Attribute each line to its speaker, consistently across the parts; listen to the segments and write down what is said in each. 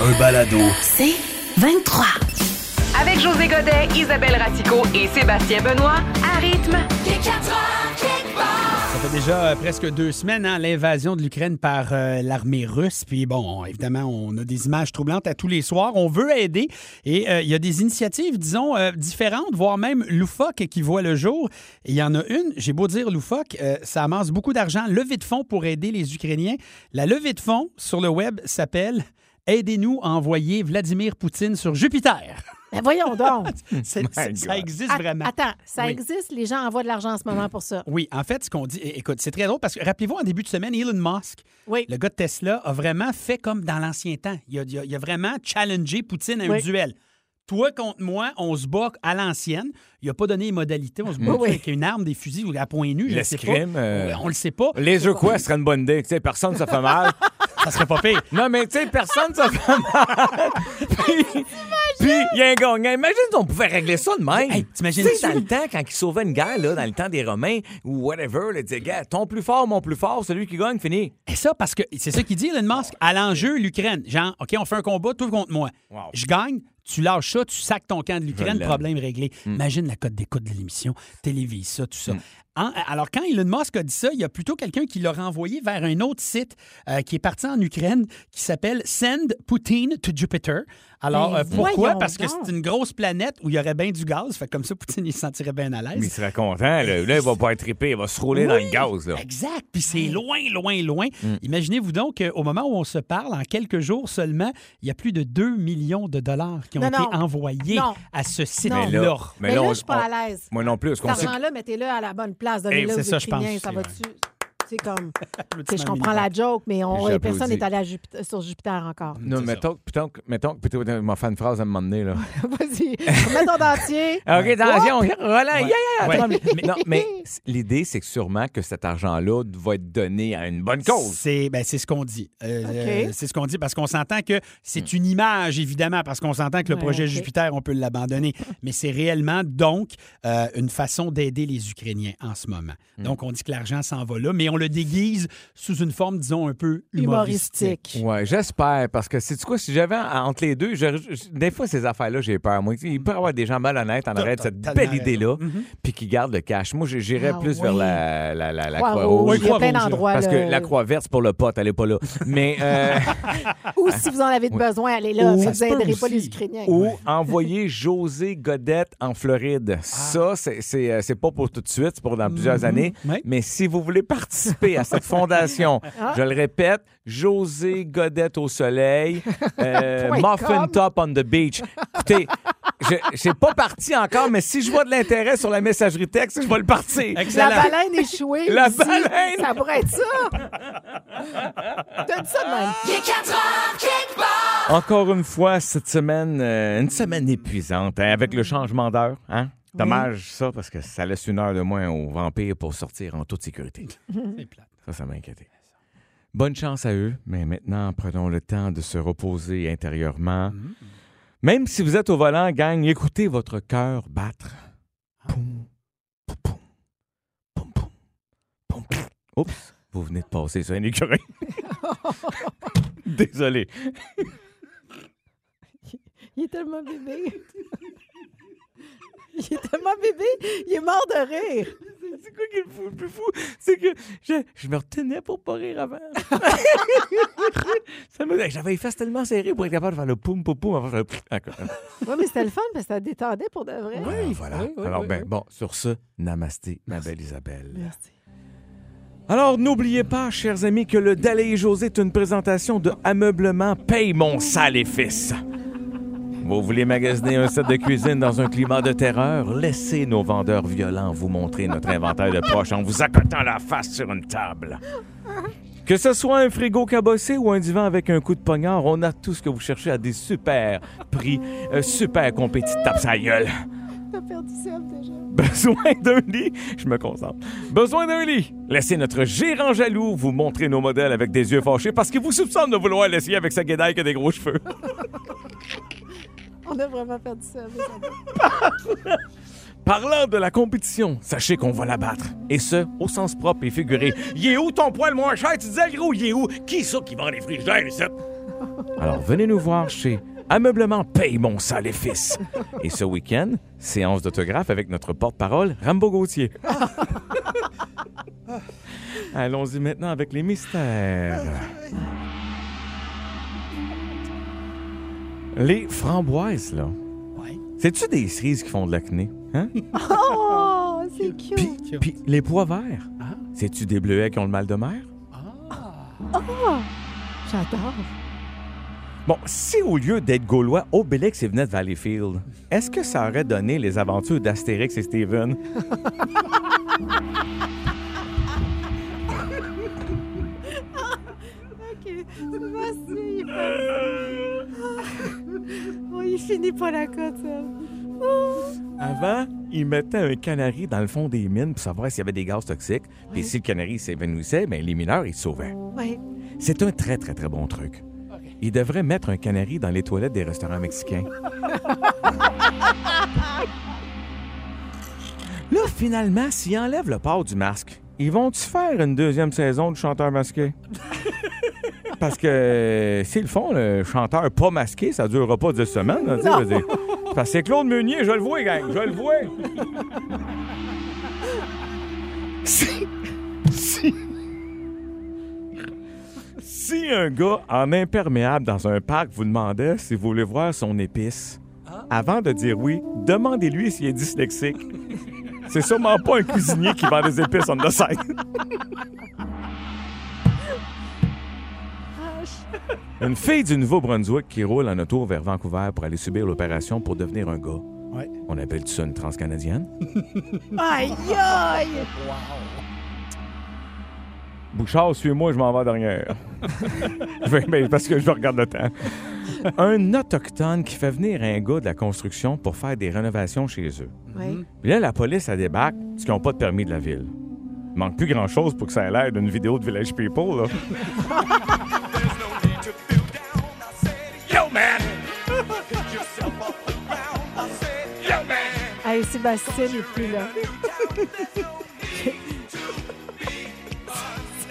Speaker 1: Un balado.
Speaker 2: C'est 23.
Speaker 3: Avec José Godet, Isabelle Ratico et Sébastien Benoît, à rythme.
Speaker 4: Ça fait déjà euh, presque deux semaines, hein, l'invasion de l'Ukraine par euh, l'armée russe. Puis bon, on- évidemment, on a des images troublantes à tous les soirs. On veut aider et euh, il y a des initiatives, disons, euh, différentes, voire même loufoques qui voient le jour. Et il y en a une, j'ai beau dire loufoque, euh, ça amasse beaucoup d'argent. Levée de fonds pour aider les Ukrainiens. La levée de fonds sur le web s'appelle Aidez-nous à envoyer Vladimir Poutine sur Jupiter.
Speaker 5: Ben voyons donc.
Speaker 4: C'est- c'est- ça existe
Speaker 5: Att-
Speaker 4: vraiment.
Speaker 5: Attends, ça
Speaker 4: Oui.
Speaker 5: existe, les gens envoient de l'argent en ce moment pour ça.
Speaker 4: Oui, en fait, ce qu'on dit, é- écoute, c'est très drôle parce que rappelez-vous, en début de semaine, Elon Musk,
Speaker 5: Oui.
Speaker 4: le gars de Tesla, a vraiment fait comme dans l'ancien temps. Il a, il a- il a vraiment challengé Poutine à un
Speaker 5: Oui.
Speaker 4: duel. Toi contre moi, on se bat à l'ancienne. Il n'a pas donné les modalités. On se bat
Speaker 5: Oui.
Speaker 4: avec une arme, des fusils ou à point nu, je ne sais pas.
Speaker 6: L'escrime, euh,
Speaker 4: On le sait pas.
Speaker 6: Les jeux quoi, ce serait une bonne idée. Tu sais, personne ne se fait mal.
Speaker 4: Ça serait pas pire.
Speaker 6: Non, mais tu sais, personne ne se fait mal. Puis- Puis, il y a un gagnant. Imagine si on pouvait régler ça de même.
Speaker 4: Hey, t'imagines
Speaker 6: Tu sais,
Speaker 4: ça?
Speaker 6: dans le temps, quand ils sauvaient une guerre, là, dans le temps des Romains ou whatever, là, ils disaient, gars, ton plus fort, mon plus fort, celui qui gagne, fini.
Speaker 4: Et ça, parce que c'est ça qu'il dit, Elon Musk, à l'enjeu, l'Ukraine. Genre, OK, on fait un combat, tout contre moi.
Speaker 6: Ah, Wow.
Speaker 4: Je gagne, tu lâches ça, tu sacs ton camp de l'Ukraine,
Speaker 6: Je l'aime. Mm.
Speaker 4: problème réglé. Imagine la cote d'écoute de l'émission, télévise ça, tout ça. En- alors, quand Elon Musk a dit ça, il y a plutôt quelqu'un qui l'a renvoyé vers un autre site euh, qui est parti en Ukraine, qui s'appelle Send Poutine to Jupiter. Alors,
Speaker 5: Mais
Speaker 4: euh, pourquoi?
Speaker 5: voyons
Speaker 4: Parce que
Speaker 5: donc.
Speaker 4: c'est une grosse planète où il y aurait bien du gaz. Fait que comme ça, Poutine, il se sentirait bien à l'aise.
Speaker 6: Il serait content. Là, Là, il va pas être trippé. Il va se rouler dans le gaz. Là.
Speaker 4: Exact. Puis c'est loin, loin, loin.
Speaker 5: Mm.
Speaker 4: Imaginez-vous donc qu'au moment où on se parle, en quelques jours seulement, il y a plus de 2 millions de dollars qui ont
Speaker 5: Non,
Speaker 4: été
Speaker 5: non.
Speaker 4: envoyés
Speaker 5: Non.
Speaker 4: à ce
Speaker 5: Non.
Speaker 4: site-là.
Speaker 5: Mais Mais,
Speaker 6: là,
Speaker 5: là,
Speaker 6: on-
Speaker 5: je suis pas
Speaker 6: on-
Speaker 5: à l'aise.
Speaker 6: Moi non plus. parce
Speaker 5: Cet
Speaker 6: qu'on sait que-
Speaker 5: argent-là, mettez-le à la bonne place.
Speaker 4: Eh,
Speaker 5: Donnez-le
Speaker 4: c'est
Speaker 5: aux
Speaker 4: ça, je pense
Speaker 5: Ukrainiens, ça
Speaker 4: aussi, ouais.
Speaker 5: va-tu? C'est comme... Tu sais,
Speaker 4: Applaudissements
Speaker 5: je comprends
Speaker 4: mille
Speaker 5: la joke, mais on,
Speaker 6: J'applaudis.
Speaker 5: personne n'est allé à Jupiter- euh, sur Jupiter encore.
Speaker 6: Non,
Speaker 4: C'est
Speaker 6: mettons, mettons, que- mettons, que- plutôt, je vais faire une phrase à un moment donné, là. Ah,
Speaker 5: Vas-y, mets ton dentier.
Speaker 6: OK, attention, Roland, yeah, yeah,
Speaker 4: Ouais.
Speaker 6: attends, mais- mais- Non, mais c- l'idée, c'est que sûrement que cet argent-là va être donné à une bonne cause.
Speaker 4: C'est ben, c'est ce qu'on dit. Euh,
Speaker 5: OK.
Speaker 4: euh, c'est ce qu'on dit parce qu'on s'entend que c'est
Speaker 6: Hmm.
Speaker 4: une image, évidemment, parce qu'on s'entend que le
Speaker 5: Ouais,
Speaker 4: projet
Speaker 5: OK.
Speaker 4: Jupiter, on peut l'abandonner. Mais c'est réellement, donc, euh, une façon d'aider les Ukrainiens en ce moment.
Speaker 6: Hmm.
Speaker 4: Donc, on dit que l'argent s'en va là, mais on le déguise sous une forme, disons, un peu humoristique.
Speaker 5: Humoristique.
Speaker 6: Ouais, j'espère, parce que c'est quoi, si j'avais en- entre les deux, je- je- des fois, ces affaires-là, j'ai peur. Moi, il peut y avoir des gens malhonnêtes en arrêt de cette
Speaker 4: Totalement
Speaker 6: belle
Speaker 4: raison. Mm. Mhm.
Speaker 6: idée-là, puis qui gardent le cash. Moi, j- j'irais
Speaker 5: Ah
Speaker 6: plus
Speaker 5: oui.
Speaker 6: vers la, la, la, la
Speaker 5: Croix-Rouge,
Speaker 6: Croix-Rouge.
Speaker 5: il y a
Speaker 4: Croix-Rouge,
Speaker 5: plein
Speaker 4: là.
Speaker 5: d'endroits.
Speaker 6: Parce que
Speaker 5: là.
Speaker 6: la croix verte, c'est pour le pote, elle est pas là. Mais euh,
Speaker 5: Ou si vous en avez de besoin, allez là.
Speaker 4: Ou-
Speaker 5: ça
Speaker 4: Ça
Speaker 5: vous
Speaker 4: se peut
Speaker 5: aiderez pas
Speaker 4: aussi.
Speaker 5: les Ukrainiens.
Speaker 6: ou envoyer José Godette en Floride.
Speaker 5: Ah.
Speaker 6: Ça, c'est- c'est euh, c'est pas pour tout de suite, c'est pour dans
Speaker 5: Mm-hmm.
Speaker 6: plusieurs années.
Speaker 4: Ouais.
Speaker 6: Mais si vous voulez participer à cette fondation,
Speaker 5: Ah.
Speaker 6: je le répète, José Godette au soleil, euh,
Speaker 5: Point
Speaker 6: Muffin
Speaker 5: com.
Speaker 6: Top on the beach. Écoutez, je j'ai pas parti encore, mais si je vois de l'intérêt sur la messagerie texte, je vais le partir.
Speaker 5: La
Speaker 4: Excellent.
Speaker 5: baleine échouée.
Speaker 6: La
Speaker 5: aussi,
Speaker 6: baleine!
Speaker 5: Ça pourrait être ça. T'as dit ça de même.
Speaker 6: Encore une fois, cette semaine, euh, une semaine épuisante hein, avec le changement d'heure. Hein? Dommage ça, parce que ça laisse une heure de moins aux vampires pour sortir en toute sécurité.
Speaker 5: Mhm.
Speaker 4: C'est plate.
Speaker 6: Ça, ça m'a inquiété. Bonne chance à eux, mais maintenant, prenons le temps de se reposer intérieurement. Même si vous êtes au volant, gang, écoutez votre cœur battre. Poum, poum, poum, poum, poum, poum, poum. Oups, vous venez de passer sur un écureuil. Désolé.
Speaker 5: Il est tellement bébé. Il est tellement bébé, il est mort de rire.
Speaker 6: C'est quoi qui est le, fou- le plus fou? C'est que je, je me retenais pour pas rire avant. Ça me- J'avais les fesses tellement serrées pour être capable de faire le poum poum poum avant de faire le Encore.
Speaker 5: Oui, mais c'était le fun parce que ça détendait pour de vrai.
Speaker 6: Ah, voilà. Alors, ben, bon, sur ce, namasté, ma belle Isabelle.
Speaker 5: Merci.
Speaker 6: Alors, n'oubliez pas, chers amis, que le Dalai et José est une présentation de Ameublement Paye mon sale et fils. Vous voulez magasiner un set de cuisine dans un climat de terreur? Laissez nos vendeurs violents vous montrer notre inventaire de poche en vous accotant la face sur une table. Que ce soit un frigo cabossé ou un divan avec un coup de poignard, on a tout ce que vous cherchez à des super prix, euh, super compétitifs. Tape sa gueule.
Speaker 5: T'as perdu ça déjà.
Speaker 6: Besoin d'un lit? Je me concentre. Besoin d'un lit? Laissez notre gérant jaloux vous montrer nos modèles avec des yeux fâchés parce qu'il vous soupçonne de vouloir l'essayer avec sa guédaille qui a des gros cheveux.
Speaker 5: On a vraiment perdu ça
Speaker 6: Parlant de la compétition, sachez qu'on va la battre. Et ce, au sens propre et figuré. Il est où ton poil moins cher? Tu disais, gros, il est où? Qui ça qui vend les frigidaires ici? Alors, venez nous voir chez Ameublement Paye mon sale et fils. Et ce week-end, séance d'autographe avec notre porte-parole, Rambo Gauthier. Allons-y maintenant avec les mystères. Les framboises, là. C'est-tu des cerises qui font de l'acné? Hein?
Speaker 5: Oh, c'est cute.
Speaker 6: Puis, puis les pois verts. C'est-tu des bleuets qui ont le mal de mer?
Speaker 5: Oh, j'adore.
Speaker 6: Bon, si au lieu d'être gaulois, Obélix et venait de Valleyfield, est-ce que ça aurait donné les aventures d'Astérix et Steven?
Speaker 5: ok, merci. il passe. Oh, il finit pas la cote, ça. Oh.
Speaker 6: Avant, ils mettaient un canari dans le fond des mines pour savoir s'il y avait des gaz toxiques. Puis si le canari s'évanouissait, ben, les mineurs, ils se sauvaient.
Speaker 5: Ouais.
Speaker 6: C'est un très, très, très bon truc. Ils devraient mettre un canari dans les toilettes des restaurants mexicains. Là, finalement, s'ils enlèvent le port du masque, ils vont-tu faire une deuxième saison du chanteur masqué? Parce que euh, s'ils le font, le chanteur pas masqué, ça durera pas deux semaines. là, tu sais, je veux dire. Parce que c'est Claude Meunier, je le vois, gang, je le vois. si, si, si un gars en imperméable dans un parc vous demandait si vous voulez voir son épice, avant de dire oui, demandez-lui s'il est dyslexique. C'est sûrement pas un cuisinier qui vend des épices on the side. Une fille du Nouveau-Brunswick qui roule en auto vers Vancouver pour aller subir l'opération pour devenir un gars.
Speaker 4: Ouais.
Speaker 6: On appelle ça une transcanadienne?
Speaker 5: Aïe, aïe.
Speaker 6: Bouchard, suis-moi, je m'en vais en dernière. Je vais- ben, parce que je regarde le temps. Un autochtone qui fait venir un gars de la construction pour faire des rénovations chez eux.
Speaker 5: Ouais.
Speaker 6: Puis là, la police, elle débarque parce qu'ils n'ont pas de permis de la ville. Il manque plus grand-chose pour que ça ait l'air d'une vidéo de Village People, là.
Speaker 5: Hey, Sébastien n'est plus là.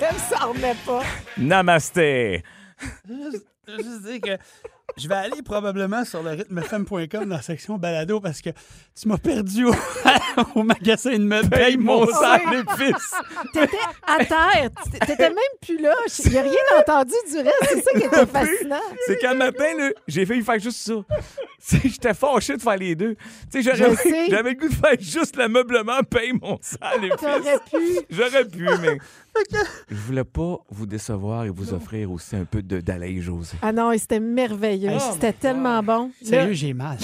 Speaker 5: Elle s'en remet pas.
Speaker 6: Namasté!
Speaker 4: Je veux juste dire que je vais aller probablement sur le rythmefm.com dans la section balado parce que tu m'as perdu au, au magasin de meubles. Paye mon
Speaker 5: oui.
Speaker 4: sale fils!
Speaker 5: T'étais à terre. T'étais même plus là. J'ai rien entendu du reste. C'est ça qui était fascinant.
Speaker 6: C'est qu'un matin, là, j'ai failli faire juste ça. Tu sais, J'étais fâché de faire les deux. Tu sais, j'aurais-
Speaker 5: Je sais.
Speaker 6: J'avais le goût de faire juste l'ameublement, paye mon sale et
Speaker 5: T'aurais
Speaker 6: fils.
Speaker 5: pu.
Speaker 6: J'aurais pu, mais. Je voulais pas vous décevoir et vous offrir aussi un peu de Dalaï José.
Speaker 5: Ah non, et c'était merveilleux. c'était tellement bon. Là,
Speaker 4: Sérieux, j'ai mal.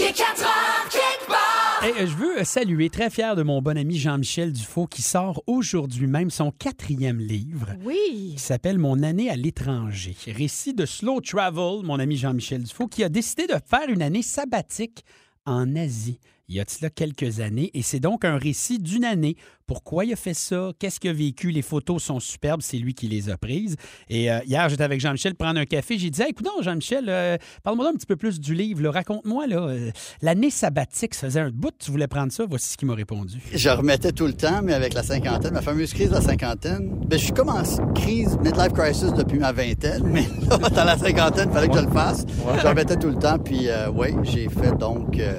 Speaker 4: Hey, euh, je veux euh, saluer, très fier de mon bon ami Jean-Michel Dufault qui sort aujourd'hui même son quatrième livre.
Speaker 5: oui.
Speaker 4: qui s'appelle Mon année à l'étranger. Récit de Slow Travel, mon ami Jean-Michel Dufault, qui a décidé de faire une année sabbatique en Asie. Il y a de cela quelques années, et c'est donc un récit d'une année. Pourquoi il a fait ça? Qu'est-ce qu'il a vécu? Les photos sont superbes, c'est lui qui les a prises. Et euh, hier, j'étais avec Jean-Michel prendre un café. J'ai dit, écoute, Jean-Michel, euh, parle-moi donc un petit peu plus du livre. là. Raconte-moi, là, euh, l'année sabbatique, ça faisait un bout, tu voulais prendre ça. Voici ce qu'il m'a répondu.
Speaker 7: Je remettais tout le temps, mais avec la cinquantaine, ma fameuse crise de la cinquantaine. Ben, je suis comme en crise midlife crisis depuis ma vingtaine, mais là, dans la cinquantaine, il fallait que je le fasse. Je remettais tout le temps, puis euh, oui, j'ai fait donc euh,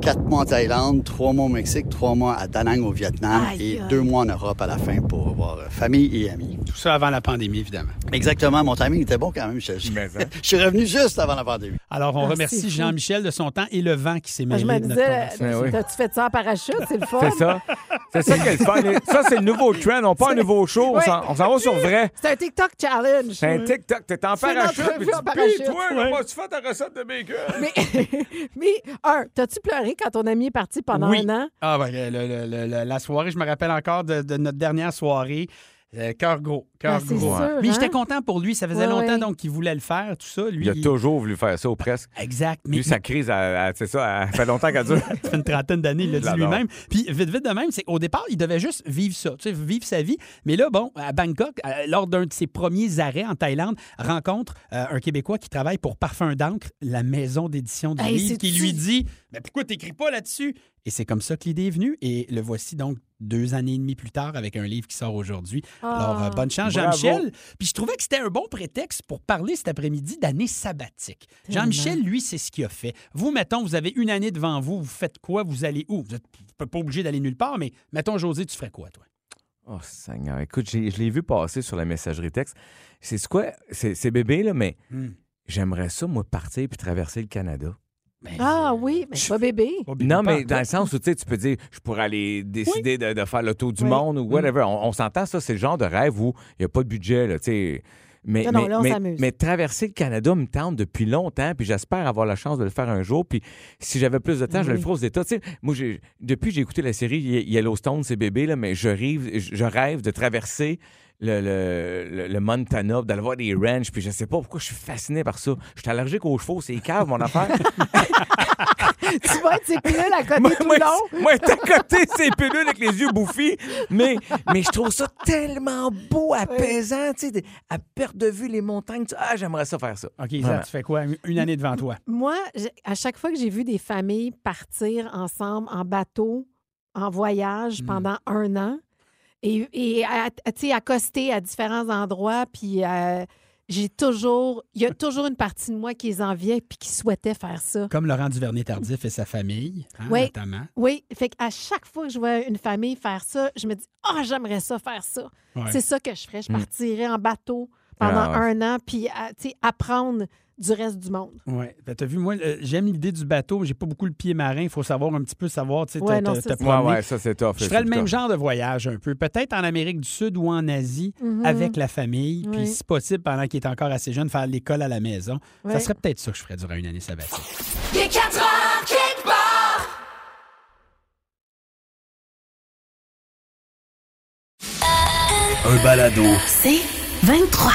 Speaker 7: quatre mois en Thaïlande, trois mois au Mexique, trois mois à Da Nang au Vietnam
Speaker 5: Aïe,
Speaker 7: et
Speaker 5: aïe.
Speaker 7: deux mois en Europe à la fin pour avoir euh, famille et amis.
Speaker 4: Tout ça avant la pandémie, évidemment.
Speaker 7: Exactement, mon timing était bon quand même. Je, je-
Speaker 6: Mais, hein.
Speaker 7: je suis revenu juste avant la pandémie.
Speaker 4: Alors, on
Speaker 5: Ah, c'est
Speaker 4: remercie
Speaker 5: fou.
Speaker 4: Jean-Michel de son temps et le vent qui s'est mêlé
Speaker 5: je me
Speaker 4: de notre
Speaker 5: disais,
Speaker 4: conversation.
Speaker 6: Ben oui.
Speaker 5: t'as-tu fait ça en parachute? C'est le fun.
Speaker 6: C'est ça.
Speaker 5: ben.
Speaker 6: C'est ça qu'elle fait. Ça, c'est le nouveau trend. On part un nouveau show. On s'en- on s'en va sur vrai.
Speaker 5: C'est un TikTok challenge.
Speaker 6: C'est un TikTok. T'es en
Speaker 5: Tu fais une
Speaker 6: parachute.
Speaker 5: entrevue
Speaker 6: puis tu
Speaker 5: en
Speaker 6: pis,
Speaker 5: parachute.
Speaker 6: toi,
Speaker 4: Ouais.
Speaker 6: là, tu fais ta recette de bacon.
Speaker 5: Mais, mais un, t'as-tu pleuré quand ton ami est parti pendant
Speaker 4: oui.
Speaker 5: un an?
Speaker 4: Ah, ben, le- le- le- le- la soirée, je me rappelle encore de, de notre dernière soirée. Euh, Cœur gros, cœur
Speaker 5: Ben, c'est
Speaker 4: gros.
Speaker 5: sûr,
Speaker 4: mais
Speaker 5: hein?
Speaker 4: j'étais content pour lui. Ça faisait
Speaker 5: Ouais,
Speaker 4: longtemps
Speaker 5: ouais.
Speaker 4: donc qu'il voulait le faire, tout ça. Lui,
Speaker 6: Il a toujours voulu faire ça, ou presque.
Speaker 4: Exact. Mais
Speaker 6: Lui, sa crise, elle- elle- c'est ça, elle fait longtemps qu'elle dure.
Speaker 4: ça fait une trentaine d'années, il l'a dit
Speaker 6: J'adore.
Speaker 4: lui-même. Puis vite, vite de même, c'est au départ, il devait juste vivre ça, tu sais, vivre sa vie. Mais là, bon, à Bangkok, euh, lors d'un de ses premiers arrêts en Thaïlande, rencontre euh, un Québécois qui travaille pour Parfum d'encre, la maison d'édition du
Speaker 5: Hey,
Speaker 4: livre, qui
Speaker 5: c'est-tu-
Speaker 4: lui dit « Mais pourquoi t'écris pas là-dessus? » Et c'est comme ça que l'idée est venue. Et le voici donc deux années et demie plus tard avec un livre qui sort aujourd'hui. Alors,
Speaker 5: Ah.
Speaker 4: euh, bonne chance,
Speaker 6: Bravo.
Speaker 4: Jean-Michel. Puis je trouvais que c'était un bon prétexte pour parler cet après-midi d'année sabbatique. Jean-Michel, lui, c'est ce qu'il a fait. Vous, mettons, vous avez une année devant vous, vous faites quoi, vous allez où? Vous n'êtes pas obligé d'aller nulle part, mais mettons, José, tu ferais quoi, toi?
Speaker 6: Oh, Seigneur. Écoute, j'ai- je l'ai vu passer sur la messagerie texte. C'est quoi? C'est c'est bébé, là, mais
Speaker 4: Hum.
Speaker 6: j'aimerais ça, moi, partir puis traverser le Canada.
Speaker 4: Ben,
Speaker 5: Ah
Speaker 4: euh,
Speaker 5: oui, mais pas bébé.
Speaker 4: pas bien
Speaker 6: Non,
Speaker 4: pas
Speaker 6: mais
Speaker 4: en
Speaker 6: dans le
Speaker 4: tout.
Speaker 6: sens où tu sais, tu peux dire, je pourrais aller décider de, de faire le tour du
Speaker 5: Oui. Mm.
Speaker 6: monde ou whatever. On, on s'entend, ça, c'est le genre de rêve où il n'y a pas de budget, là, tu sais. Mais,
Speaker 5: Non, non,
Speaker 6: mais-
Speaker 5: là, on
Speaker 6: mais,
Speaker 5: s'amuse.
Speaker 6: mais traverser le Canada me tente depuis longtemps, puis j'espère avoir la chance de le faire un jour. Puis si j'avais plus de temps, je le
Speaker 5: Mm.
Speaker 6: ferais aux États. Tu sais, moi, j'ai- depuis j'ai écouté la série Ye- Yellowstone, c'est bébé, là, mais je rêve, je rêve de traverser le, le- le- le Montana, d'aller voir des ranchs, puis je sais pas pourquoi je suis fasciné par ça. Je suis allergique aux chevaux, c'est cave, mon affaire.
Speaker 5: tu vas être pilule à côté tout
Speaker 6: moi,
Speaker 5: le long.
Speaker 6: moi, t'as coté ces pilules avec les yeux bouffis, mais, mais je trouve ça tellement beau, apaisant, tu sais, de- à perte de vue les montagnes. tu- Ah, j'aimerais ça faire ça.
Speaker 4: OK, ça,
Speaker 6: Vraiment.
Speaker 4: tu fais quoi? Une année devant toi.
Speaker 5: Moi, j'ai- à chaque fois que j'ai vu des familles partir ensemble en bateau, en
Speaker 6: Mmh.
Speaker 5: voyage pendant un an, et, et à- à- tu sais, accoster à différents endroits, puis euh, j'ai toujours, il y a toujours une partie de moi qui les enviait puis qui souhaitait faire ça.
Speaker 4: Comme Laurent Duvernay-Tardif et sa famille, hein,
Speaker 5: Oui.
Speaker 4: notamment.
Speaker 5: Oui, fait qu'à chaque fois que je vois une famille faire ça, je me dis Ah, j'aimerais ça faire ça.
Speaker 4: Ouais.
Speaker 5: C'est ça que je ferais. Je partirais en bateau pendant
Speaker 6: Mmh. Ah, ouais.
Speaker 5: un an, puis à- tu sais, apprendre du reste du monde.
Speaker 4: Oui. Ben, t'as vu, moi, euh, j'aime l'idée du bateau, mais j'ai pas beaucoup le pied marin. Il faut savoir un petit peu savoir, tu sais, te-
Speaker 5: Ouais, non,
Speaker 4: te,
Speaker 5: ça,
Speaker 4: te
Speaker 5: c'est-
Speaker 6: Ouais,
Speaker 4: promener.
Speaker 6: ouais, ça, c'est tough.
Speaker 4: Je
Speaker 6: c'est
Speaker 4: ferais le même
Speaker 6: tough.
Speaker 4: genre de voyage un peu, peut-être en Amérique du Sud ou en Asie,
Speaker 5: Mhm.
Speaker 4: avec la famille, puis
Speaker 5: Oui.
Speaker 4: si possible, pendant qu'il est encore assez jeune, faire l'école à la maison. Ça
Speaker 5: Ouais.
Speaker 4: serait peut-être ça que je ferais durant une année sabbatique.
Speaker 1: Les 4 heures quelque part. Un balado.
Speaker 2: C'est 23.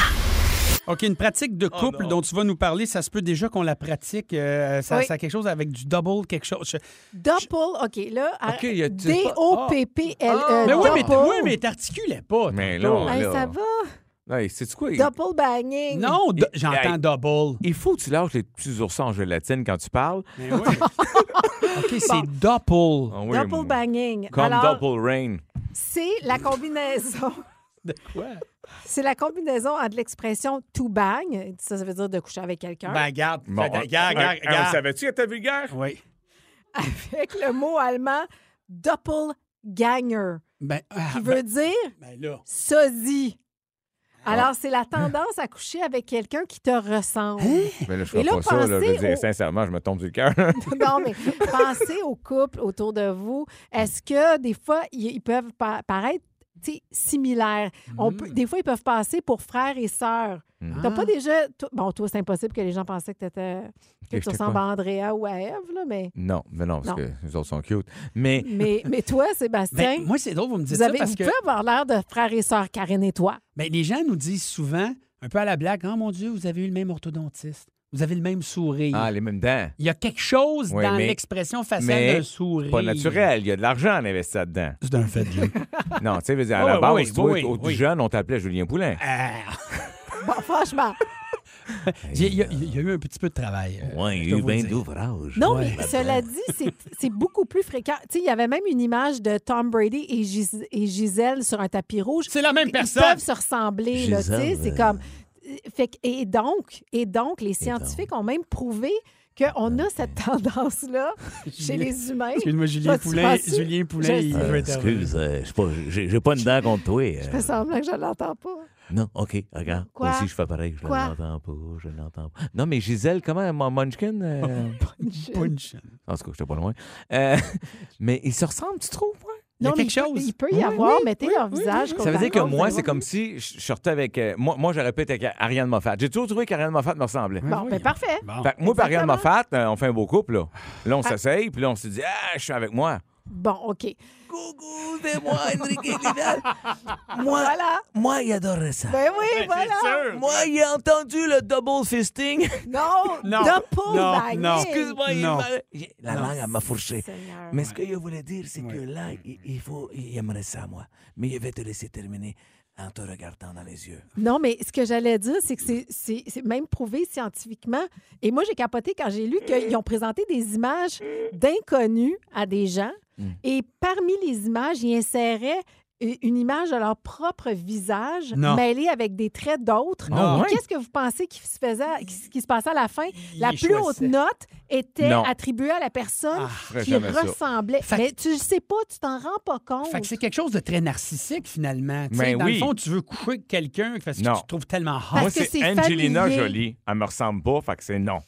Speaker 4: OK, une pratique
Speaker 6: Oh
Speaker 4: de couple dont tu vas nous parler, ça se peut déjà qu'on la pratique. euh, ça,
Speaker 5: Oui. Euh,
Speaker 4: ça a quelque chose avec du double, quelque chose. je-
Speaker 5: Double, OK, là,
Speaker 6: OK, il y a- tu-
Speaker 5: D-O-P-P-L-E.
Speaker 4: Ah! mais oui, mais,
Speaker 5: E, double.
Speaker 4: oui, mais t'articulais pas.
Speaker 6: Mais
Speaker 4: tantôt.
Speaker 6: là,
Speaker 5: Hey,
Speaker 6: là.
Speaker 5: ça va?
Speaker 6: Hey, sais-tu quoi? Il-
Speaker 5: Double banging.
Speaker 4: Non, do-
Speaker 6: Et-
Speaker 4: j'entends
Speaker 6: hey.
Speaker 4: double.
Speaker 6: Il faut que tu lâches les petits oursons en gélatine quand tu parles.
Speaker 4: Mais oui. OK, c'est double.
Speaker 6: Ah oui, moi.
Speaker 5: Double banging.
Speaker 6: Comme
Speaker 5: Alors,
Speaker 6: double rain.
Speaker 5: c'est la combinaison.
Speaker 4: De quoi?
Speaker 5: C'est la combinaison entre l'expression to bang, ça, ça veut dire de coucher avec quelqu'un,
Speaker 4: Ben, garde.
Speaker 6: Bon,
Speaker 4: Regarde,
Speaker 6: on-
Speaker 4: regarde,
Speaker 6: on-
Speaker 4: regarde,
Speaker 6: on savait-tu qu'elle était vulgaire?
Speaker 4: Oui.
Speaker 5: avec le mot allemand doppelganger,
Speaker 4: Ben, ah,
Speaker 5: qui
Speaker 4: ben-
Speaker 5: veut dire
Speaker 4: ben là.
Speaker 5: sosie.
Speaker 4: Ah.
Speaker 5: Alors, c'est la tendance à coucher avec quelqu'un qui te ressemble.
Speaker 4: Hein?
Speaker 6: Mais Ben là, je
Speaker 5: Et
Speaker 6: ferais
Speaker 5: là,
Speaker 6: pas ça. là. Je veux
Speaker 5: pensez
Speaker 6: dire,
Speaker 5: au-
Speaker 6: sincèrement, je me tombe du cœur.
Speaker 5: Non, mais pensez aux couples autour de vous. Est-ce que des fois, ils ils peuvent pa- paraître tu sais, similaires? On
Speaker 4: Mm.
Speaker 5: peut- des fois, ils peuvent passer pour frères et sœurs. T'as
Speaker 4: Ah.
Speaker 5: pas déjà. to- Bon, toi, c'est impossible que les gens pensaient que, t'étais- que
Speaker 6: j'étais
Speaker 5: tu
Speaker 6: quoi?
Speaker 5: ressembles à Andrea ou à Eve, là, mais,
Speaker 6: Non, mais non, parce
Speaker 5: Non.
Speaker 6: que les autres sont cute. Mais
Speaker 5: mais, mais toi, Sébastien,
Speaker 4: Ben, moi, c'est drôle, vous me dites
Speaker 5: vous, avez,
Speaker 4: ça parce
Speaker 5: vous
Speaker 4: que
Speaker 5: pouvez avoir l'air de frères et sœurs, Karine et toi.
Speaker 4: ben, les gens nous disent souvent, un peu à la blague, « Oh mon Dieu, vous avez eu le même orthodontiste. Vous avez le même sourire.
Speaker 6: ah, les mêmes dents.
Speaker 4: Il y a quelque chose
Speaker 6: Oui,
Speaker 4: dans
Speaker 6: mais-
Speaker 4: l'expression
Speaker 6: mais
Speaker 4: faciale d'un sourire.
Speaker 6: Pas naturel. Il y a de l'argent à investir là-dedans.
Speaker 4: C'est un fait, Jim.
Speaker 6: Non, tu sais, je veux dire, à
Speaker 4: Oui,
Speaker 6: la
Speaker 4: oui,
Speaker 6: base,
Speaker 4: oui,
Speaker 6: toi,
Speaker 4: oui,
Speaker 6: au- au-
Speaker 4: oui.
Speaker 6: jeune, on t'appelait Julien Poulain.
Speaker 4: Ah,
Speaker 5: Bon, franchement.
Speaker 4: il, y a, il y a eu un petit peu de travail. euh,
Speaker 6: Ouais,
Speaker 4: je dois vous dire.
Speaker 6: d'ouvrages.
Speaker 5: Non, mais cela dit, c'est- c'est beaucoup plus fréquent. Tu sais, il y avait même une image de Tom Brady et, Gis- et Gisèle sur un tapis rouge.
Speaker 4: C'est la même
Speaker 5: Ils
Speaker 4: personne.
Speaker 5: peuvent se ressembler, là, tu sais,
Speaker 6: Gisèle,
Speaker 5: c'est comme... Fait que- et donc, et donc, les scientifiques ont même prouvé qu'on a cette tendance-là chez les humains.
Speaker 4: Excuse-moi, Julien
Speaker 5: Toi, tu
Speaker 4: Poulin.
Speaker 5: penses-
Speaker 4: Julien Poulin,
Speaker 5: Je-
Speaker 4: il
Speaker 5: Euh,
Speaker 4: veut intervenir.
Speaker 6: j'ai pas une dent contre toi. euh.
Speaker 5: Je fais semblant que je l'entends pas.
Speaker 6: Non, OK, regarde.
Speaker 5: Quoi?
Speaker 6: Moi aussi, je fais pareil. Je
Speaker 5: Quoi?
Speaker 6: l'entends pas, je l'entends pas. Non, mais Gisèle, comment, mon Munchkin? euh,
Speaker 4: Punch.
Speaker 6: En tout cas, j'étais pas loin. Euh, mais ils se ressemblent, tu trouves? ouais?
Speaker 4: Il y a
Speaker 5: mais
Speaker 4: quelque
Speaker 5: il peut-
Speaker 4: chose.
Speaker 5: Il peut y
Speaker 4: Oui,
Speaker 5: avoir,
Speaker 4: oui,
Speaker 5: mettez
Speaker 4: oui,
Speaker 5: leur
Speaker 4: oui,
Speaker 5: visage.
Speaker 6: Ça veut dire que
Speaker 5: contre
Speaker 6: moi,
Speaker 5: l'autre.
Speaker 6: c'est comme si je je sortais avec... euh, moi, moi, je répète avec Ariane Moffat. J'ai toujours trouvé qu'Ariane Moffat me ressemblait.
Speaker 5: Bon, ben parfait.
Speaker 4: Bon.
Speaker 6: Fait que moi, par Ariane
Speaker 5: Exactement.
Speaker 6: Moffat, euh, on fait un beau couple. Là, là on s'essaye, puis là, on se dit, ah, je suis avec moi.
Speaker 5: Bon, OK.
Speaker 8: Coucou, c'est moi, Enrique Lival. Moi, moi, j'adorais ça.
Speaker 5: Ben oui, voilà.
Speaker 8: Moi, j'ai entendu le double fisting.
Speaker 5: Non,
Speaker 4: Non,
Speaker 5: double
Speaker 4: non,
Speaker 5: banging.
Speaker 4: non.
Speaker 8: Excuse-moi, il
Speaker 4: Non.
Speaker 8: m'a- j'ai- la langue, elle m'a fourché.
Speaker 5: Seigneur.
Speaker 8: Mais ce que je voulais dire, c'est que là, il, il faut, j'aimerais ça, moi. Mais je vais te laisser terminer en te regardant dans les yeux.
Speaker 5: Non, mais ce que j'allais dire, c'est que c'est- c'est c'est même prouvé scientifiquement. Et moi, j'ai capoté quand j'ai lu qu'ils ont présenté des images d'inconnus à des gens. Et parmi les images, ils inséraient euh, une image de leur propre visage
Speaker 4: Non. Ah
Speaker 5: mêlée avec des traits d'autres.
Speaker 4: Non.
Speaker 5: Et Qu'est-ce que vous pensez qui se faisait, qui, qui se passait à la fin? La
Speaker 4: Ils
Speaker 5: plus haute
Speaker 4: choisissaient. Ah,
Speaker 5: note était
Speaker 6: Non.
Speaker 5: attribuée à la personne
Speaker 6: ferais
Speaker 5: qui
Speaker 6: jamais ça.
Speaker 5: ressemblait.
Speaker 4: Fait-
Speaker 5: Mais tu le sais pas, tu t'en rends pas compte.
Speaker 4: Fait que c'est quelque chose de très narcissique, finalement. Tu sais,
Speaker 6: Ben
Speaker 4: dans le
Speaker 6: oui.
Speaker 4: fond, tu veux coucher avec quelqu'un parce que
Speaker 6: Non.
Speaker 4: tu te trouves tellement hot.
Speaker 5: Parce que
Speaker 6: Moi, c'est
Speaker 5: c'est
Speaker 6: Angelina
Speaker 5: familier.
Speaker 6: Jolie. Elle me ressemble pas, fait que c'est non.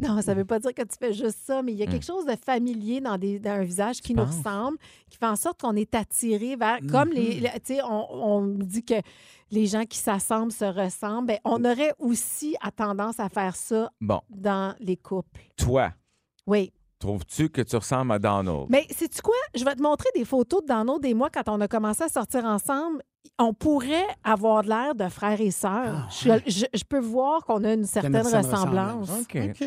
Speaker 5: Non, ça ne veut pas dire que tu fais juste ça, mais il y a quelque chose de familier dans, des, dans un visage qui nous
Speaker 6: penses?
Speaker 5: ressemble, qui fait en sorte qu'on est attiré vers. Comme les. le- tu sais, on, on dit que les gens qui s'assemblent se ressemblent. Ben, on aurait aussi à tendance à faire ça
Speaker 6: Bon,
Speaker 5: dans les couples.
Speaker 6: toi,
Speaker 5: Oui.
Speaker 6: trouves-tu que tu ressembles à Donald?
Speaker 5: Mais sais-tu quoi? Je vais te montrer des photos de Donald et moi quand on a commencé à sortir ensemble. On pourrait avoir de l'air de frères et sœurs. Je- je, je peux voir qu'on a une certaine
Speaker 4: certaine
Speaker 5: ressemblance.
Speaker 6: OK.
Speaker 4: OK.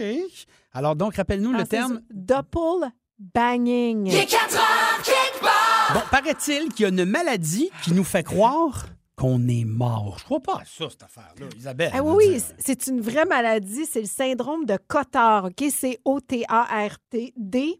Speaker 4: Alors, donc, rappelle-nous le
Speaker 5: Alors, Ah, c'est
Speaker 4: terme.
Speaker 5: Double banging.
Speaker 1: Il est 4 heures, kickbox!
Speaker 4: Bon, paraît-il qu'il y a une maladie qui nous fait croire qu'on est mort. Je crois pas à ça, cette affaire-là, Isabelle.
Speaker 5: Ah oui, oui, c- c'est une vraie maladie. C'est le syndrome de Cotard, OK? C'est O-T-A-R-T-D.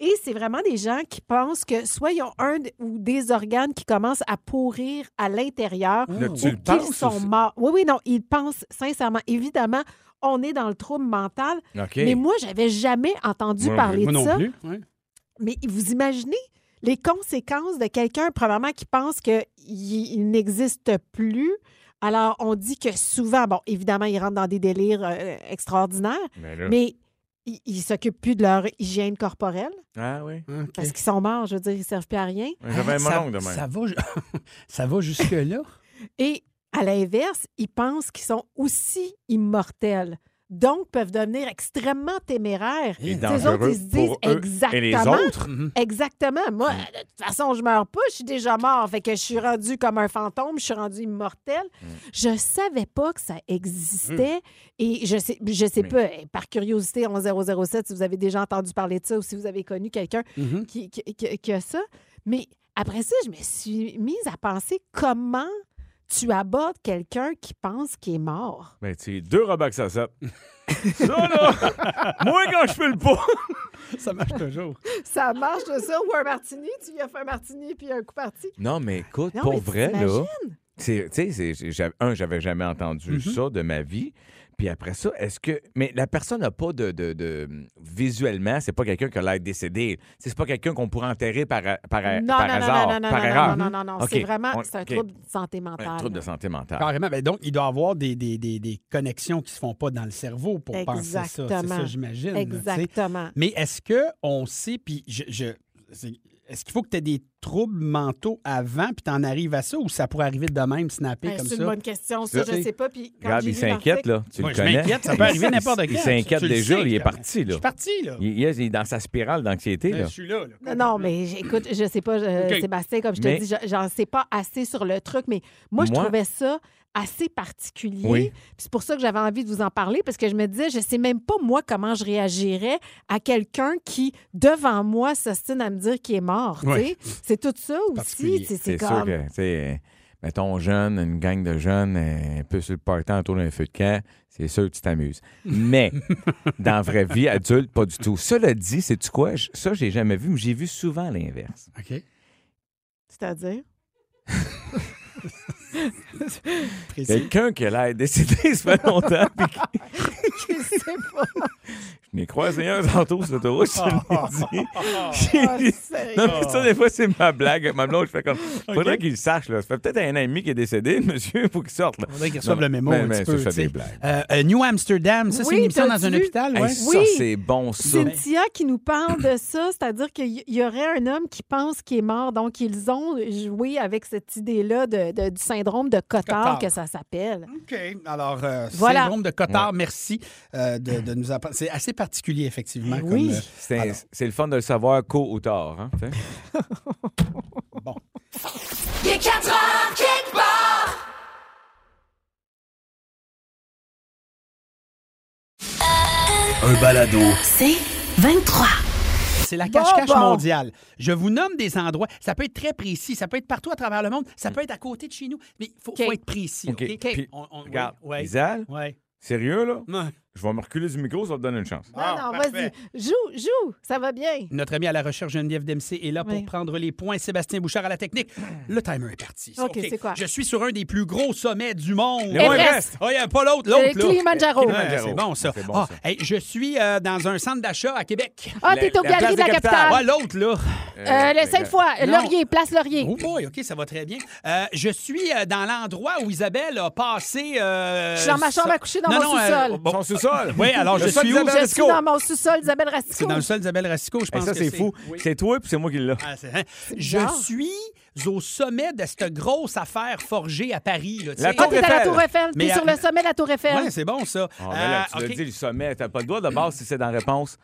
Speaker 5: Et c'est vraiment des gens qui pensent que soit ils ont un d- ou des organes qui commencent à pourrir à l'intérieur ou
Speaker 6: Là, tu le
Speaker 4: oh,
Speaker 5: qu'ils
Speaker 6: penses
Speaker 5: sont
Speaker 6: ou c'est-
Speaker 5: morts. Oui, oui, non, ils pensent sincèrement. Évidemment, on est dans le trouble mental,
Speaker 6: OK.
Speaker 5: mais moi, j'avais jamais entendu parler
Speaker 4: Moi
Speaker 5: de
Speaker 4: non
Speaker 5: ça.
Speaker 4: plus. ouais.
Speaker 5: Mais vous imaginez les conséquences de quelqu'un, premièrement, qui pense qu'il il n'existe plus. Alors, on dit que souvent, bon, évidemment, ils rentrent dans des délires euh, extraordinaires,
Speaker 6: Mais Ben là-
Speaker 5: mais ils ils s'occupent plus de leur hygiène corporelle
Speaker 6: Ah oui. Ben,
Speaker 4: OK.
Speaker 5: parce qu'ils sont morts, je veux dire, ils ne servent plus à rien.
Speaker 6: J'avais
Speaker 4: Ah,
Speaker 6: un
Speaker 4: ça,
Speaker 6: mononcle demain.
Speaker 4: ça va, ju- ça va jusque-là.
Speaker 5: Et à l'inverse, ils pensent qu'ils sont aussi immortels, donc peuvent devenir extrêmement téméraires. Les
Speaker 6: Et
Speaker 5: autres,
Speaker 6: dangereux
Speaker 5: ils se disent
Speaker 6: pour eux et les
Speaker 5: exactement
Speaker 6: autres.
Speaker 5: Exactement. Moi, de toute façon, je meurs pas, je suis déjà mort. Fait que je suis rendu comme un fantôme, je suis rendu immortel. Je savais pas que ça existait. Et je sais, je sais
Speaker 6: Mais-
Speaker 5: pas, eh, par curiosité, 11007, si vous avez déjà entendu parler de ça ou si vous avez connu quelqu'un
Speaker 4: Mhm.
Speaker 5: qui, qui- qui- qui a ça. Mais après ça, je me suis mise à penser comment tu abordes quelqu'un qui pense qu'il est mort.
Speaker 6: Ben, tu sais, deux Robux à sept. ça, là! Moi, quand je fais le pot!
Speaker 4: Ça marche toujours.
Speaker 5: Ça marche ça ou un martini, tu lui as fait un martini puis un coup parti.
Speaker 6: Non, mais écoute,
Speaker 5: Non,
Speaker 6: pour
Speaker 5: mais
Speaker 6: vrai, là.
Speaker 5: t'imagines?
Speaker 6: c'est- Tu sais, c'est- j'ai- j'avais- un, j'avais jamais entendu ça de ma vie. Puis après ça, est-ce que. Mais la personne n'a pas de, de, de- Visuellement, c'est pas quelqu'un qui a l'air décédé. Tu sais, C'est pas quelqu'un qu'on pourrait enterrer par, par,
Speaker 5: Non,
Speaker 6: Euh, par
Speaker 5: non,
Speaker 6: hasard,
Speaker 5: non, non, non,
Speaker 6: par
Speaker 5: non,
Speaker 6: erreur.
Speaker 5: non, non, non, non,
Speaker 6: OK.
Speaker 5: C'est vraiment
Speaker 6: On-
Speaker 5: c'est un
Speaker 6: OK.
Speaker 5: trouble de santé mentale.
Speaker 6: Un trouble de santé
Speaker 5: Ah.
Speaker 6: mentale.
Speaker 4: Carrément. Ben, donc, il doit y avoir des, des, des, des connexions qui se font pas dans le cerveau pour penser ça. C'est
Speaker 5: Exactement.
Speaker 4: ça, j'imagine. là, tu sais.
Speaker 5: Exactement.
Speaker 4: Mais est-ce qu'on sait, puis je, je- c'est- est-ce qu'il faut que tu aies des troubles mentaux avant, puis t'en arrives à ça, ou ça pourrait arriver de même, snapper
Speaker 5: Ben,
Speaker 4: comme
Speaker 5: c'est
Speaker 4: ça?
Speaker 5: une bonne question, ça,
Speaker 6: Là,
Speaker 5: je sais pas. Puis quand
Speaker 6: Regarde,
Speaker 5: j'ai
Speaker 6: il
Speaker 5: lu l'article-
Speaker 6: s'inquiète, là. Tu
Speaker 4: Moi,
Speaker 6: le
Speaker 4: je
Speaker 6: connais.
Speaker 4: m'inquiète, ça peut arriver n'importe quand.
Speaker 6: Il
Speaker 4: Tu
Speaker 6: s'inquiète
Speaker 4: le
Speaker 6: déjà,
Speaker 4: sais,
Speaker 6: il est
Speaker 4: Pierre.
Speaker 6: parti,
Speaker 4: Je
Speaker 6: là.
Speaker 4: suis parti, là.
Speaker 6: Il, il est dans sa spirale d'anxiété,
Speaker 4: Ben,
Speaker 6: là.
Speaker 4: Je suis là. là.
Speaker 5: Non, non, mais j'- écoute, je sais pas, je-
Speaker 4: OK.
Speaker 5: Sébastien, comme je te
Speaker 6: Mais-
Speaker 5: dis, je- j'en sais pas assez sur le truc, mais moi, je
Speaker 6: Moi-
Speaker 5: trouvais ça assez particulier.
Speaker 6: Oui.
Speaker 5: Puis c'est pour ça que j'avais envie de vous en parler, parce que je me disais, je sais même pas, moi, comment je réagirais à quelqu'un qui, devant moi, s'ostine à me dire qu'il est mort. tu sais.
Speaker 4: Ouais.
Speaker 5: C'est tout ça aussi.
Speaker 4: particulier.
Speaker 5: tu sais, C'est
Speaker 6: C'est sûr
Speaker 5: comme...
Speaker 6: que, tu sais, euh, mettons, jeune, une gang de jeunes, euh, un peu sur le partant autour d'un feu de camp, c'est sûr que tu t'amuses. Mais dans la vraie vie, adulte, pas du tout. Cela dit, c'est-tu quoi? Je- Ça, j'ai jamais vu, mais j'ai vu souvent l'inverse.
Speaker 4: OK.
Speaker 5: C'est-à-dire?
Speaker 4: Précis.
Speaker 6: Quelqu'un qui a l'air décédé, ça fait longtemps, puis qui-
Speaker 5: Je sais pas.
Speaker 6: je n'ai croisé un tantôt sur l'autoroute, je te l'ai dit.
Speaker 4: Ah,
Speaker 5: Oh,
Speaker 6: J'ai dit- Non, mais
Speaker 4: Oh.
Speaker 6: ça, des fois, c'est ma blague. avec Ma blonde, je fais comme. Faudrait qu'il le sache, là. Ça fait peut-être un ami qui est décédé, monsieur, il faut qu'il sorte, là.
Speaker 4: Faudrait qu'ils reçoivent
Speaker 6: Non,
Speaker 4: le mémo
Speaker 6: mais-
Speaker 4: un
Speaker 6: mais
Speaker 4: petit
Speaker 6: ça,
Speaker 4: peu,
Speaker 6: je fais
Speaker 4: tu sais.
Speaker 6: des blagues.
Speaker 4: Euh, euh, New Amsterdam, ça, c'est
Speaker 5: Oui,
Speaker 4: une émission dans
Speaker 5: t'as
Speaker 4: un
Speaker 5: vu?
Speaker 4: hôpital, ouais.
Speaker 6: Hey, ça,
Speaker 5: Oui.
Speaker 6: c'est bon, ça.
Speaker 5: Cynthia qui nous parle de ça, c'est-à-dire qu'il y- y aurait un homme qui pense qu'il est mort. Donc, ils ont joué avec cette idée-là de- de- du syndrome de Cotard,
Speaker 4: Cotard.
Speaker 5: que ça s'appelle.
Speaker 4: OK. Alors, euh,
Speaker 5: Voilà.
Speaker 4: syndrome de Cotard, merci euh, de, de nous apprendre. C'est assez particulier, effectivement.
Speaker 5: Eh
Speaker 4: comme,
Speaker 5: oui.
Speaker 4: euh,
Speaker 6: C'est un- c'est le fun de le savoir qu'au ou tard. Hein, tu sais.
Speaker 1: Il est 4 heures quelque part.
Speaker 9: Un balado.
Speaker 2: C'est 23.
Speaker 4: C'est la cache-cache
Speaker 5: Bon, bon.
Speaker 4: mondiale. Je vous nomme des endroits. Ça peut être très précis. Ça peut être partout à travers le monde. Ça peut être à côté de chez nous. Mais il faut,
Speaker 5: OK.
Speaker 4: faut être précis. OK?
Speaker 6: Mm. OK. Puis,
Speaker 4: On- on-
Speaker 6: regarde,
Speaker 4: ouais, ouais,
Speaker 6: Isal,
Speaker 4: ouais.
Speaker 6: sérieux, là?
Speaker 4: Ouais.
Speaker 6: Je vais me reculer du micro, ça va te donner une chance.
Speaker 5: Non,
Speaker 4: Ah,
Speaker 5: non,
Speaker 4: parfait.
Speaker 5: vas-y. Joue, joue. Ça va bien.
Speaker 4: Notre ami à la recherche Geneviève Dempsey est là pour
Speaker 5: Oui.
Speaker 4: prendre les points. Sébastien Bouchard à la technique. Le timer est parti.
Speaker 5: OK, c'est quoi?
Speaker 4: Je suis sur un des plus gros sommets du monde.
Speaker 6: Le Everest.
Speaker 5: Everest.
Speaker 4: Oh, il n'y a pas l'autre, l'autre.
Speaker 5: Le
Speaker 4: là.
Speaker 5: Kilimanjaro.
Speaker 4: Ouais, c'est bon, ça.
Speaker 6: C'est bon,
Speaker 4: Ah,
Speaker 6: ça.
Speaker 4: hey, je suis euh, dans un centre d'achat à Québec.
Speaker 5: Ah, t'es
Speaker 6: La-
Speaker 5: au
Speaker 6: la
Speaker 5: Galerie de
Speaker 6: place
Speaker 5: la
Speaker 6: des
Speaker 5: capitale.
Speaker 4: Ah, l'autre, là.
Speaker 5: Euh,
Speaker 6: les
Speaker 5: le Sainte-Foy,
Speaker 4: Non.
Speaker 5: Laurier, place Laurier.
Speaker 4: Oh boy, OK, ça va très bien. Euh, je suis euh, dans l'endroit où Isabelle a passé... euh,
Speaker 5: Je suis dans ma chambre
Speaker 4: ça-
Speaker 5: à coucher dans
Speaker 4: Non,
Speaker 5: mon
Speaker 4: non, euh,
Speaker 5: sous-sol.
Speaker 4: bon,
Speaker 6: Son sous-sol.
Speaker 4: Oui, alors
Speaker 6: Le
Speaker 4: je
Speaker 6: sol
Speaker 4: suis où?
Speaker 6: d'Isabelle
Speaker 5: Je suis
Speaker 6: Racicot.
Speaker 5: dans mon sous-sol, Isabelle
Speaker 4: C'est
Speaker 5: Racicot.
Speaker 4: dans le sol d'Isabelle Racicot, je
Speaker 6: Hey,
Speaker 4: pense
Speaker 6: ça,
Speaker 4: que
Speaker 6: c'est fou.
Speaker 4: Oui.
Speaker 6: C'est toi, puis c'est moi qui l'ai. ben
Speaker 4: Ah, c'est- hein. Je
Speaker 5: bizarre.
Speaker 4: suis au sommet de cette grosse affaire forgée à Paris. Là, tu
Speaker 6: La
Speaker 4: sais.
Speaker 5: Ah,
Speaker 6: Tour
Speaker 5: t'es à la
Speaker 6: Eiffel.
Speaker 5: Tour Eiffel.
Speaker 4: Mais
Speaker 5: T'es sur
Speaker 4: à-
Speaker 5: le sommet de la Tour Eiffel.
Speaker 4: Ouais, c'est bon, ça.
Speaker 6: Ah, ben là,
Speaker 4: Euh,
Speaker 6: tu l'as
Speaker 4: OK.
Speaker 6: dit, le sommet. T'as pas le droit de base si c'est dans la réponse.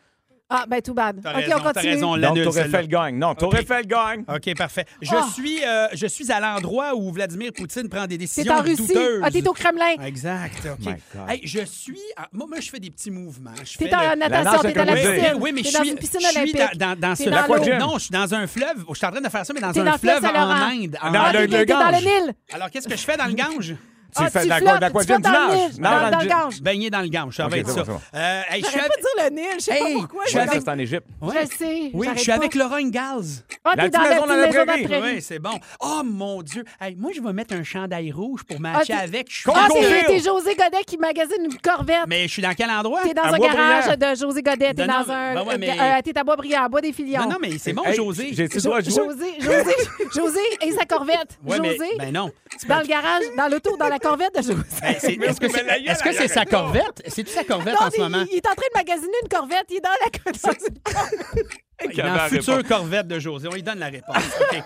Speaker 5: Ah, ben tout bad.
Speaker 4: T'as
Speaker 5: OK,
Speaker 4: raison,
Speaker 5: on
Speaker 4: t'as
Speaker 5: continue.
Speaker 4: raison, on
Speaker 6: Donc,
Speaker 4: l'annule,
Speaker 6: t'aurais
Speaker 4: celle-là.
Speaker 6: fait le gagne. Non, t'aurais
Speaker 4: OK.
Speaker 6: fait le gagne.
Speaker 4: OK, parfait. Je,
Speaker 5: Ah!
Speaker 4: suis, euh, je suis à l'endroit où Vladimir Poutine prend des
Speaker 5: T'es
Speaker 4: décisions
Speaker 5: en Russie.
Speaker 4: douteuses.
Speaker 5: Ah, t'es au Kremlin.
Speaker 4: Exact, OK.
Speaker 6: My God.
Speaker 4: Hey, je suis... à- Moi, moi, je fais des petits mouvements. Je
Speaker 5: T'es
Speaker 4: fais
Speaker 5: en
Speaker 4: le-
Speaker 5: natation,
Speaker 6: La
Speaker 5: t'es dans la
Speaker 6: nage
Speaker 4: oui,
Speaker 5: piscine.
Speaker 4: oui, mais je
Speaker 5: T'es
Speaker 4: suis,
Speaker 5: dans une piscine
Speaker 4: je suis
Speaker 5: olympique.
Speaker 4: dans, dans, dans
Speaker 5: T'es
Speaker 4: ce...
Speaker 5: dans
Speaker 6: L'aquagym.
Speaker 5: l'eau.
Speaker 4: Non, je suis dans un fleuve. Je suis en train de faire ça, mais dans
Speaker 5: T'es
Speaker 4: un
Speaker 5: dans le
Speaker 4: fleuve en
Speaker 5: Saint-Laurent.
Speaker 4: Inde. En
Speaker 6: Dans
Speaker 5: Ah,
Speaker 4: Inde.
Speaker 6: le-
Speaker 5: t'es t'es dans le Nil.
Speaker 4: Alors, qu'est-ce que je fais dans le Gange?
Speaker 6: Tu
Speaker 5: Ah,
Speaker 6: fais de la-
Speaker 5: flottes,
Speaker 6: de l'aquagym
Speaker 5: tu flottes dans
Speaker 6: du
Speaker 5: le
Speaker 6: large.
Speaker 5: Nil, dans-
Speaker 6: Non, dans
Speaker 5: dans
Speaker 6: le-
Speaker 5: le gange.
Speaker 4: Baigner dans le Gange, ça
Speaker 6: OK,
Speaker 4: va être
Speaker 6: c'est
Speaker 4: ça.
Speaker 6: bon,
Speaker 4: Euh, hey, je suis
Speaker 5: J'aurais
Speaker 4: avec-
Speaker 5: pas dire le Nil, je sais pas
Speaker 4: Hey,
Speaker 5: pourquoi.
Speaker 4: je
Speaker 5: Je
Speaker 4: suis
Speaker 6: Ouais,
Speaker 4: avec-
Speaker 6: ça, c'est en Égypte.
Speaker 4: Ouais.
Speaker 5: Je sais.
Speaker 4: Oui, je
Speaker 5: j'arrête
Speaker 4: suis avec
Speaker 5: pas.
Speaker 4: Lorraine Gals.
Speaker 5: Ah,
Speaker 6: La
Speaker 5: t'es dans
Speaker 6: petite
Speaker 5: la
Speaker 6: maison
Speaker 5: petite
Speaker 6: dans la
Speaker 5: maison de la
Speaker 6: prairie.
Speaker 5: prairie.
Speaker 4: Oui, c'est bon. Oh mon Dieu. Hey, moi, je vais mettre un chandail rouge pour matcher
Speaker 5: Ah, t'es-
Speaker 4: avec. Je suis
Speaker 5: Ah,
Speaker 6: Concours.
Speaker 5: c'est t'es José Godet qui magasine une Corvette.
Speaker 4: Mais je suis dans quel endroit?
Speaker 5: T'es dans
Speaker 6: À
Speaker 5: un
Speaker 6: Bois-Brillant.
Speaker 5: garage de José Godet. T'es
Speaker 4: Non, non,
Speaker 5: dans un.
Speaker 4: ben ouais,
Speaker 5: euh,
Speaker 4: mais-
Speaker 5: euh, T'es à Bois-Brillant, Bois des Filions.
Speaker 4: Non, non, mais c'est bon,
Speaker 6: Hey,
Speaker 4: José.
Speaker 6: J'ai-tu le
Speaker 5: Jo-
Speaker 6: droit de jouer?
Speaker 5: José, José, José et sa Corvette.
Speaker 4: Ouais, mais-
Speaker 5: José,
Speaker 4: ben non.
Speaker 5: dans le garage, dans l'auto, dans la Corvette de José.
Speaker 4: Ben, c'est- Est-ce que
Speaker 6: Mais
Speaker 4: c'est
Speaker 6: la gueule,
Speaker 4: est-ce que
Speaker 6: la
Speaker 4: c'est
Speaker 6: gueule.
Speaker 4: sa corvette? C'est-tu sa corvette
Speaker 5: Non,
Speaker 4: en
Speaker 5: mais
Speaker 4: ce moment?
Speaker 5: il, il est en train de magasiner une Corvette. Il est dans la Corvette.
Speaker 4: Dans la future corvette de José. On lui donne la réponse. OK.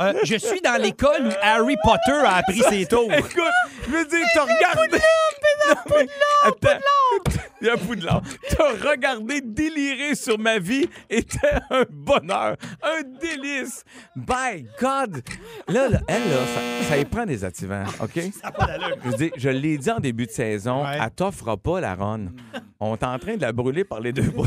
Speaker 4: Euh, je suis dans l'école où Harry Potter a appris ses tours.
Speaker 6: Écoute, je veux dire, t'as regardé. Poudlard, Il y a Poudlard. T'as regardé délirer sur ma vie était un bonheur, un délice. By God! Là, là, elle, là, ça, ça y prend des activants, OK? Je veux dire, je l'ai dit en début de saison,
Speaker 4: Ouais.
Speaker 6: elle t'offre pas la run. On est en train de la brûler par les deux bouts.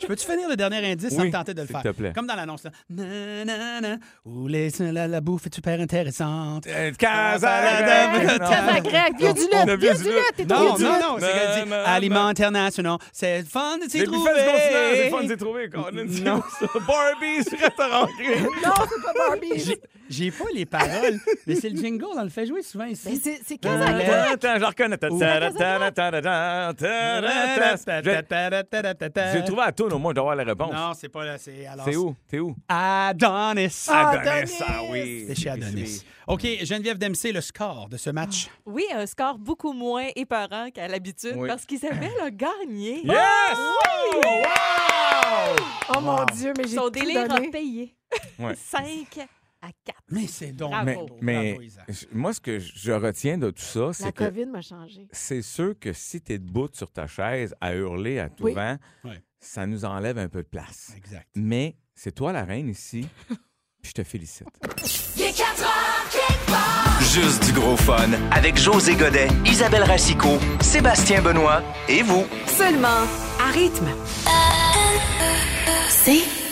Speaker 4: Je peux-tu finir le dernier indice sans
Speaker 6: Oui,
Speaker 4: me tenter de le
Speaker 6: s'il
Speaker 4: faire?
Speaker 6: te plaît.
Speaker 4: Comme dans l'annonce. là. Na, na, na. Où les- la, la bouffe est super intéressante.
Speaker 6: Casalada-
Speaker 5: Casa grecque, vieux du
Speaker 6: On a
Speaker 5: lutte,
Speaker 6: vieux
Speaker 5: vieux
Speaker 6: du
Speaker 5: du
Speaker 6: lutte.
Speaker 5: lutte. T'es
Speaker 4: Non, non,
Speaker 5: trop vieux du
Speaker 4: non, c'est
Speaker 6: Non,
Speaker 4: qu'elle dit
Speaker 6: non, non.
Speaker 4: aliments internationaux. C'est le fun de s'y
Speaker 6: Les buffets du continent, c'est le fun de s'y
Speaker 4: trouver.
Speaker 6: trouver. Colin, c'est où ça? Barbie's restaurant grec.
Speaker 5: lutte. Non, c'est pas Barbie.
Speaker 4: J'ai- J'ai pas les paroles, mais c'est le jingle, on le fait jouer souvent
Speaker 5: Mais
Speaker 4: ici.
Speaker 5: c'est c'est Casa Grecque.
Speaker 6: Attends, je reconnais. Ben, Je- J'ai trouvé à tourne au moins, je dois avoir la réponse.
Speaker 4: Non, c'est pas là, c'est alors.
Speaker 6: C'est où? C'est où?
Speaker 4: Adonis.
Speaker 6: Adonis, ah oui.
Speaker 4: C'est chez Ah. Adonis. OK, Geneviève Dempsey, le score de ce match.
Speaker 10: Oui, un score beaucoup moins épeurant qu'à l'habitude
Speaker 6: Oui.
Speaker 10: parce qu'Isabelle a gagné.
Speaker 6: Yes! Wow!
Speaker 5: Oh mon Dieu, mais j'ai
Speaker 10: Son
Speaker 5: tout
Speaker 10: délire a
Speaker 5: donné.
Speaker 10: payé.
Speaker 6: Ouais.
Speaker 10: 5 à 4.
Speaker 4: Mais c'est donc.
Speaker 10: Bravo.
Speaker 6: Mais,
Speaker 4: beau.
Speaker 6: mais
Speaker 4: Bravo, Isa.
Speaker 6: je- moi, ce que je retiens de tout ça,
Speaker 5: La
Speaker 6: c'est que
Speaker 5: COVID m'a changé.
Speaker 6: c'est sûr que si t'es debout sur ta chaise à hurler à tout
Speaker 5: Oui.
Speaker 6: vent,
Speaker 4: Ouais.
Speaker 6: ça nous enlève un peu de place.
Speaker 4: Exact.
Speaker 6: Mais c'est toi la reine ici, puis je te félicite.
Speaker 1: Il est 4 heures quelque part.
Speaker 9: Juste du gros fun avec José Godet, Isabelle Racicot, Sébastien Benoît et vous.
Speaker 3: Seulement à rythme.
Speaker 2: C'est